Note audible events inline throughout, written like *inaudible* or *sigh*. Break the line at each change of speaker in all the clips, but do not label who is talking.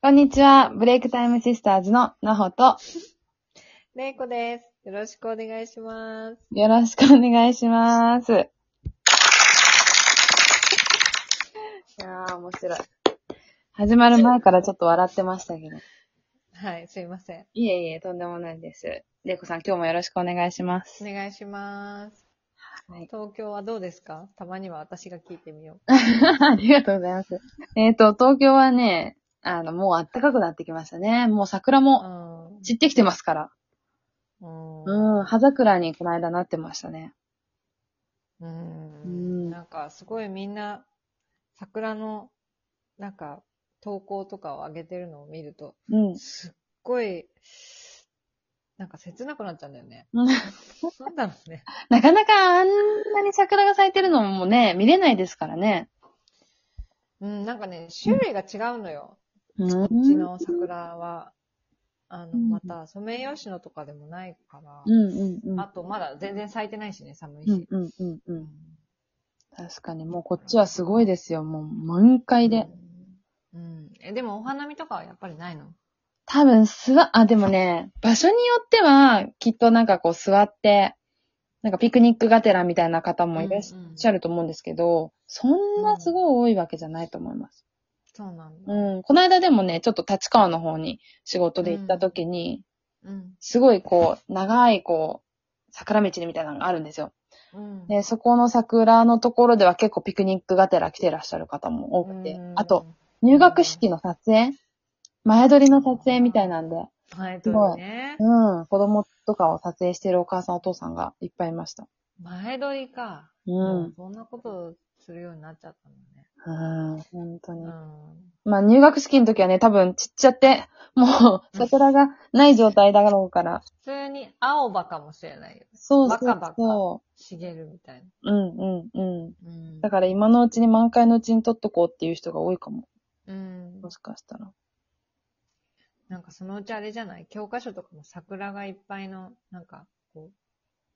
こんにちは。ブレイクタイムシスターズのなほと、
れいこです。よろしくお願いします。
よろしくお願いします。
いやー、面白い。
始まる前からちょっと笑ってましたけど。
はい、すいません。
いえいえ、とんでもないです。れいこさん、今日もよろしくお願いします。
お願いします。
はい。
東京はどうですかたまには私が聞いてみよ
*laughs* ありがとうございます。えっ、と、東京はね、あの、もう暖かくなってきましたね。もう桜
う。う
も
ん。
散ってきてますから。
うん。
うん、葉桜にこの間なってましたね。
う
うん
ん。なんか、すごいみんな、桜の、なんか、投稿とかを上げてるのを見ると、
うん。
すっごい、なんか切なくなっちゃうんだ
*laughs*
よね。なんだろうね。
なかなかあんなに桜が咲いてるのもね、見れないですからね。
うん、なんかね、種類が違うのよ。
うん。
うちの桜は、あの、
うん
また、ソメイヨシノとかでもないから、
うんうんうん
あ。と、まだ全然咲いてないしね、寒いし。
うんうんうんうん。確かに、もうこっちはすごいですよ。もう満開で。
うん。え、でも、お花見とかはやっぱりないの
多分、すわ、あ、でもね、場所によっては、きっとなんかこう座って、なんかピクニックがてらみたいな方もいらっしゃると思うんですけど、そんなすごい多いわけじゃないと思います。
そうなんだ。
うん。この間でもね、ちょっと立川の方に仕事で行った時に、
うん。
すごいこう、長いこう、桜道みたいなのがあるんですよ。
うん。
で、そこの桜のところでは結構ピクニックがてら来てらっしゃる方も多
うん
くて、あと、、入学式の撮影前撮りの撮影みたいなんで、
前撮りね。
うん、子供とかを撮影してるお母さんお父さんがいっぱいいました。
前撮りか。
う。
うん
うん、
そんなことするようになっちゃったのね。
本当に
う。ん。
まあ入学式の時はね、多分ちっちゃって、もう桜がない状態だろうから。
普通に青葉かもしれないよ。
そうそう
バカバカ
そ
茂るみたいな。
う。うんうんうん。
うん
だから今のうちに満開のうちに撮っとこうっていう人が多いかも。
うん
も。しかしたら。
なんかそのうちあれじゃない教科書とかも桜がいっぱいの、なんか、こう、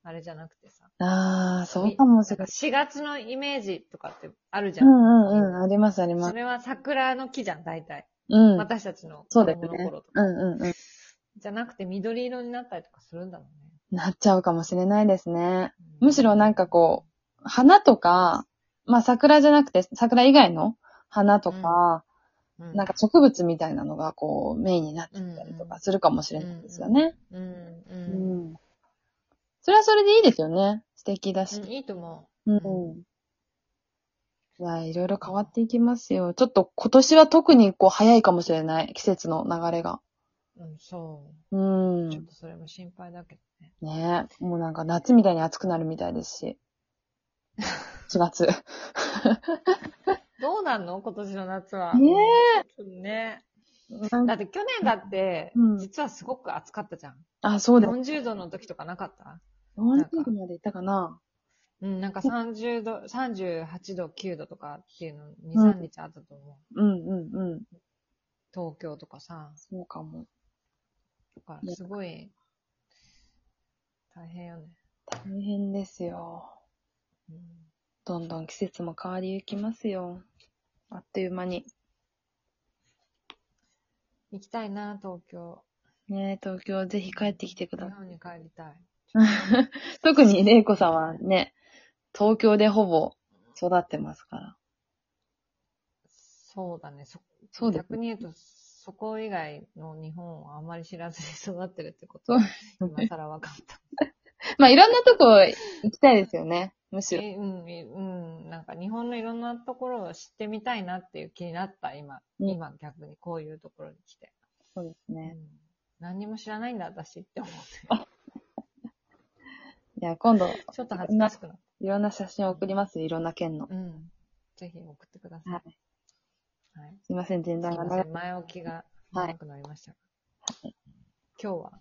あれじゃなくてさ。
ああ、そうかもしれ
な
なんい
か。4月のイメージとかってあるじ
う
ゃ
ん
ん。
うんうん。ありますありま
そ
す。
れは桜の木じゃん、大体。
うん。
私たちの
そうで
子
す
供
ね
の頃とか。
うんうんうん。
じゃなくて緑色になったりとかするんだろうね。
なっちゃうかもしれないですね。
うん
むしろなんかこう、花とか、まあ桜じゃなくて、桜以外の花とか、
うん、
なんか植物みたいなのがこう、メインになってきたりとかするかもしれないですよね。
うん、う、
うんん。それはそれでいいですよね。素敵だし
うん。。いいと思
うん。いや、いろいろ変わっていきますよ。ちょっと今年は特にこう早いかもしれない。季節の流れが。
う。うん、そうう。
ん
ちょっ。とそれも心配だけどね。
ねえ。もうなんか夏みたいに暑くなるみたいですし。4月。
どうなんの今年の夏は。
ね
え。ね
なん
だ
か
って去年だって
うん、
実はすごく暑かったじゃん。
あ、そうだ。
40度の時とかなかった
40度まで行ったかな。
うん、なんか30度、38度、9度とかっていうの2、
うん
3日あったと思う。
うんうんうん。
東京とかさ。
そうかも。
だからすごい、大変よね。
大変ですよ。
うん
どんどん季節も変わりゆきますよ。あっという間に。
行きたいな、東京。
ねえ東京ぜひ帰ってきてく
日
ださい。
本に帰りたい。
特に玲子さんはね、東京でほぼ育ってますから。
そうだね。そ
そうです
逆に言うと、そこ以外の日本をあんまり知らずに *laughs* 育ってるってこと
そう。
今更分かった。
まあいろんなとこ行きたいですよね。むしろ。
えうん、えうん、なんか日本のいろんなところを知ってみたいなっていう気になった、今。
うん
今逆にこういうところに来て。
そうです
う
ね。
ん何にも知らないんだ、私って思って。
*laughs* いや、今度、
ちょっと恥ずかしくなっ
いろんな写真を送りますよ。いろんな県の。
た。うん。ぜひ送ってください。
はい。
はい。
すいません、前
す
段
い
が
ま
長
せ
い。
ん、前置きが長くなりました。今日は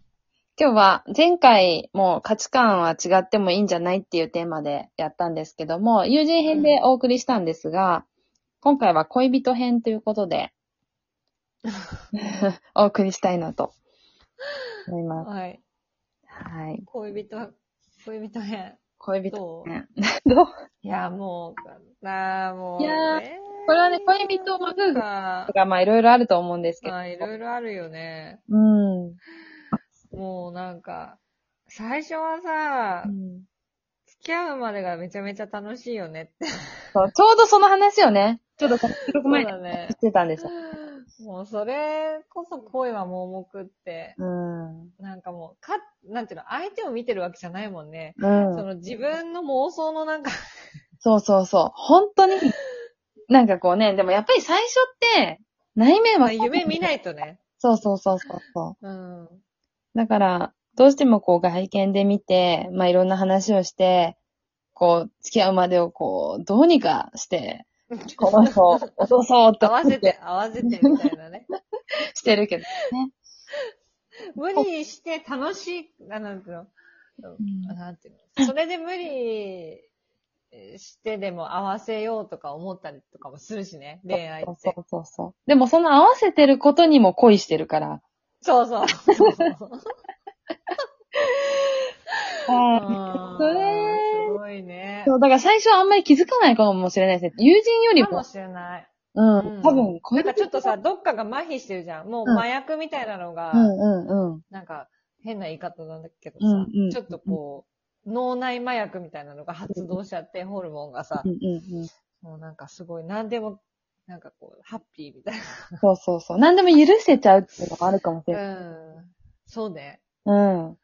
今日は前回も価値観は違ってもいいんじゃないっていうテーマでやったんですけども、友人編でお送りしたんですが、今回は恋人編ということ *laughs* で、お送りしたいなと思います。
はい。
はい。
恋人、恋人編。
恋人
どう
編。どう
いや、もう、なあ、もう、
いやー
ね
これはね、恋人まあ夫婦
か
と。か、まあいろいろあると思うんですけど。
まあ、いろいろあるよね。
うん。
もうなんか、最初はさ、付き合うまでがめちゃめちゃ楽しいよねって。
そうちょうどその話をね、ちょっとこの収録前に
そうだね
してたんですよ。
もうそれこそ恋は盲目って、
うん。うん。
なんかもう、か、なんていうの、相手を見てるわけじゃないもんね。そ
そ
の自分の妄想のなん
う
か、
そうそう。本当に、なんかこうね、でもやっぱり最初って、内面は、
夢見ないとね。
そうそうそうそうそう。
*laughs* うん。
だから、どうしてもこう外見で見て、まあいろんな話をして、こう、付き合うまでをこう、どうにか
*laughs*
して、この人を落とそうと
合わせて、合わせてみたいなね。
してるけど。
無理して楽しい、あなん *laughs* ていうの、なんていうの、それで無理してでも合わせようとか思ったりとかもするしね、恋愛
そう
って
そ。うそうそう。でもその合わせてることにも恋してるから。
そうそう。
それ
すごいね。
そう、だから最初はあんまり気づかないかもしれないですね。友人より
か
も
も、しれない。
うん、
うん
多分恋
なんかちょっとさ、どっかが麻痺してるじゃん。もう麻薬みたいなのが、
うんうんうん。
なんか変な言い方なんだけど
う
さ
んうん、
ちょっとこう、脳内麻薬みたいなのが発動しちゃって、ホルモンがさ
う、んうんうん。
もうなんかすごい、なんでも、なんかこう、ハッピーみたい
そうそうそう。何でも許せちゃうっていうのがあるかもしれない。
な。うん。そうね。
うん。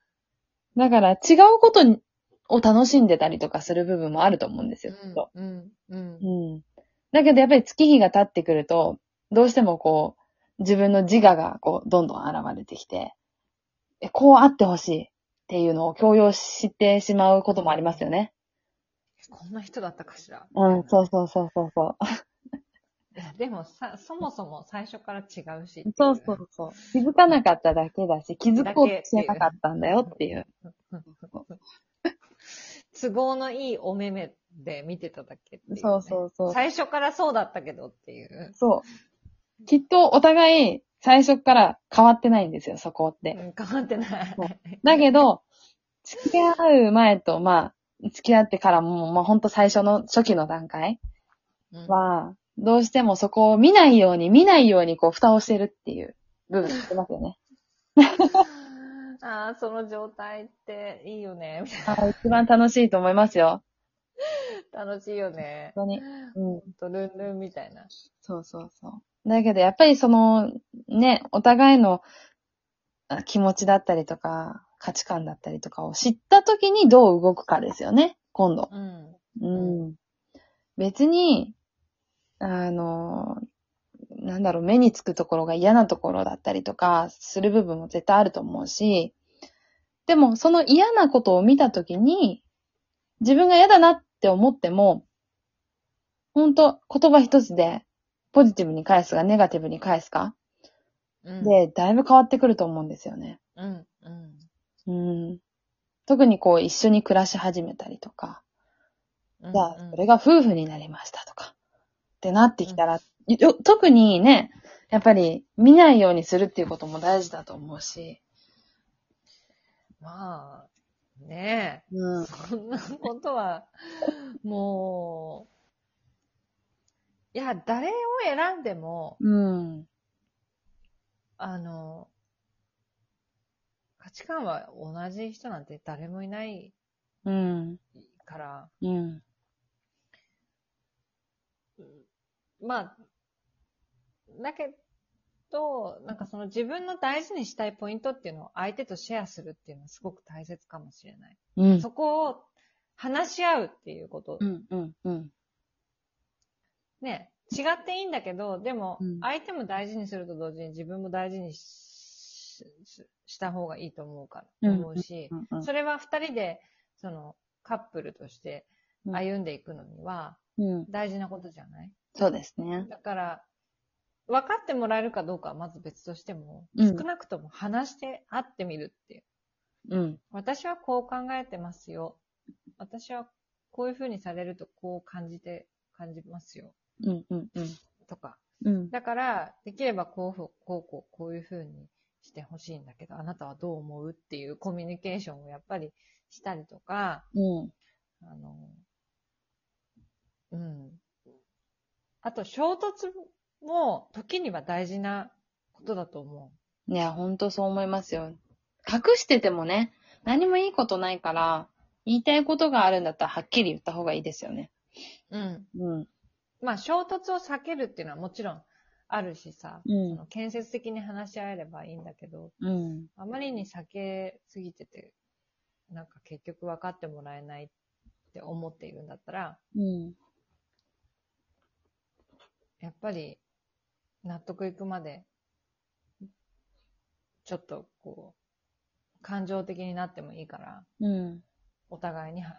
だから違うことにを楽しんでたりとかする部分もあると思うんですよ、きっと。
うん。うん
う。ん。だけどやっぱり月日が経ってくると、どうしてもこう、自分の自我がこう、どんどん現れてきて、えこうあってほしいっていうのを強要してしまうこともありますよね。
こんな人だったかしら。
うん、そうそうそうそうそう。
いやでもさ、そもそも最初から違うし。
そうそうそう。気づかなかっただけだし、気づこうとしてなかったんだよっていう。
都合のいいお目目で見てただけっていね
そうそうそう
最初からそうだったけどっていう。
そう。きっとお互い最初から変わってないんですよ、そこって。
うん変わってない
そ。だけど、付き合う前と、まあ、付き合ってからも、まあほんと最初の初期の段階
うん
は、どうしてもそこを見ないように見ないようにこう蓋をしてるっていう部分がありますよね。
ああ、その状態っていいよね。 *laughs* みたい
*laughs* あ一番楽しいと思いますよ。
な楽しいよね。
本当に。うん。
ほんとルンルンみたいな。
そうそうそう。だけどやっぱりその、ね、お互いのあ気持ちだったりとか、価値観だったりとかを知った時にどう動くかですよね、今度。
うん。
うん。別に、あの、なんだろう、目につくところが嫌なところだったりとか、する部分も絶対あると思うし、でも、その嫌なことを見たときに、自分が嫌だなって思っても、ほんと、言葉一つで、ポジティブに返すか、ネガティブに返すか、
うん、
で、だいぶ変わってくると思うんですよね。
うん、うん。
うん。特にこう、一緒に暮らし始めたりとか、
うん
じゃあ、それ
が、
が夫婦になりましたとか、ってなってきたら、よ特にね、やっぱり見ないようにするっていうことも大事だと思うし。
まあ、ね
うん
え、。そんなことは、もう、いや、誰を選んでも、
うん。
あの、価値観は同じ人なんて誰もいない
うん。
から、
うん。
まあ、だけど、なんかその自分の大事にしたいポイントっていうのを相手とシェアするっていうのはすごく大切かもしれない。
うん。
そこを話し合うっていうこと。
うん。うん。うん。
ね、違っていいんだけど、でも
うん、
相手も大事にすると同時に自分も大事にししした方がいいと思うから、
うん
思うし、
うん
それは二人で、その、カップルとして
うん
歩んでいくのには
うん。
大事なことじゃない、
そうですね。
だから、分かってもらえるかどうかはまず別としても、
うん
少なくとも話して会ってみるっていう。
うん。
私はこう考えてますよ。私はこういう風にされるとこう感じて、感じますよ。
うん。うん。うん。
とか。
うん。
だから、できればこうふ、こう、こう、こういう風にしてほしいんだけど、あなたはどう思うっていうコミュニケーションをやっぱりしたりとか、
うん。
あの、うん。あと衝突も時には大事なことだと思
いや、ほんとそう思いますよ。隠しててもね、何もいいことないから、言いたいことがあるんだったらはっきり言った方がいいですよね。
う。うん。
うん。
まあ衝突を避けるっていうのはもちろんあるしさ、
うん
その建設的に話し合えればいいんだけど、
うん。
あまりに避けすぎてて、なんか結局分かってもらえないって思っているんだったら、
うん。
やっぱり納得いくまで、ちょっとこう、感情的になってもいいから、
うん。
お互いには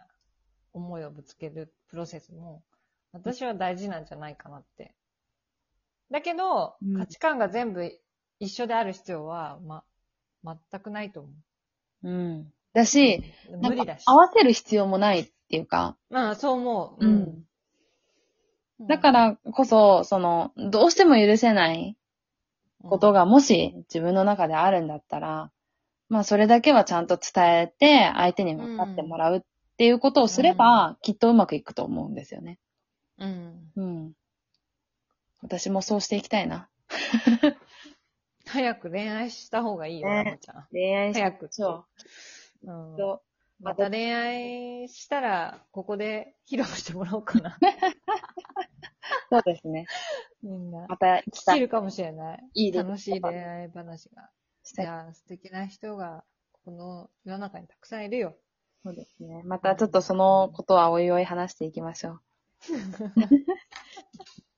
思いをぶつけるプロセスも、私は大事なんじゃないかなって。だけど、
うん
価値観が全部一緒である必要は、ま、全くないと思う。
うん。だし、
無理だし
合。わせる必要もないっていうか、
まあ、そう思う。
うん。だか、らこそ、その、どうしても許せないこと
が、
がもし自分の中であるんだったら、まあそれだけはちゃんと伝えて、相手に分かってもらうっていうことをすれば、きっとうまくいくと思うんですよね。
うん。
うん。私もそうしていきたいな。
早く恋愛した方がいいよ、
ね
ラムちゃん。
恋愛
早く。。
そう
ん
う。。と
また恋愛したら、ここで披露してもらおう
*laughs*
かな。
そうですね。
みんな。
また来
聞
た
け
い。
るかもしれない。
いいです
楽しい恋愛話が。
し
じ
たい
ゃあ、素敵な人が、この世の中にたくさんいるよ。
そうですね。またちょっとそのことはおいおい話していきましょう。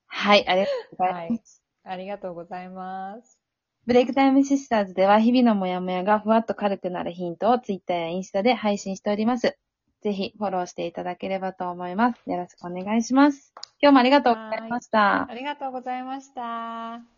はい、ありがとうございます。
はい。ありがとうございます。
ブレイクタイムシスターズでは日々のモヤモヤがふわっと軽くなるヒントをツイッターやインスタで配信しております。ぜひフォローしていただければと思います。よろしくお願いします。今日もありがとうございました。
ありがとうございました。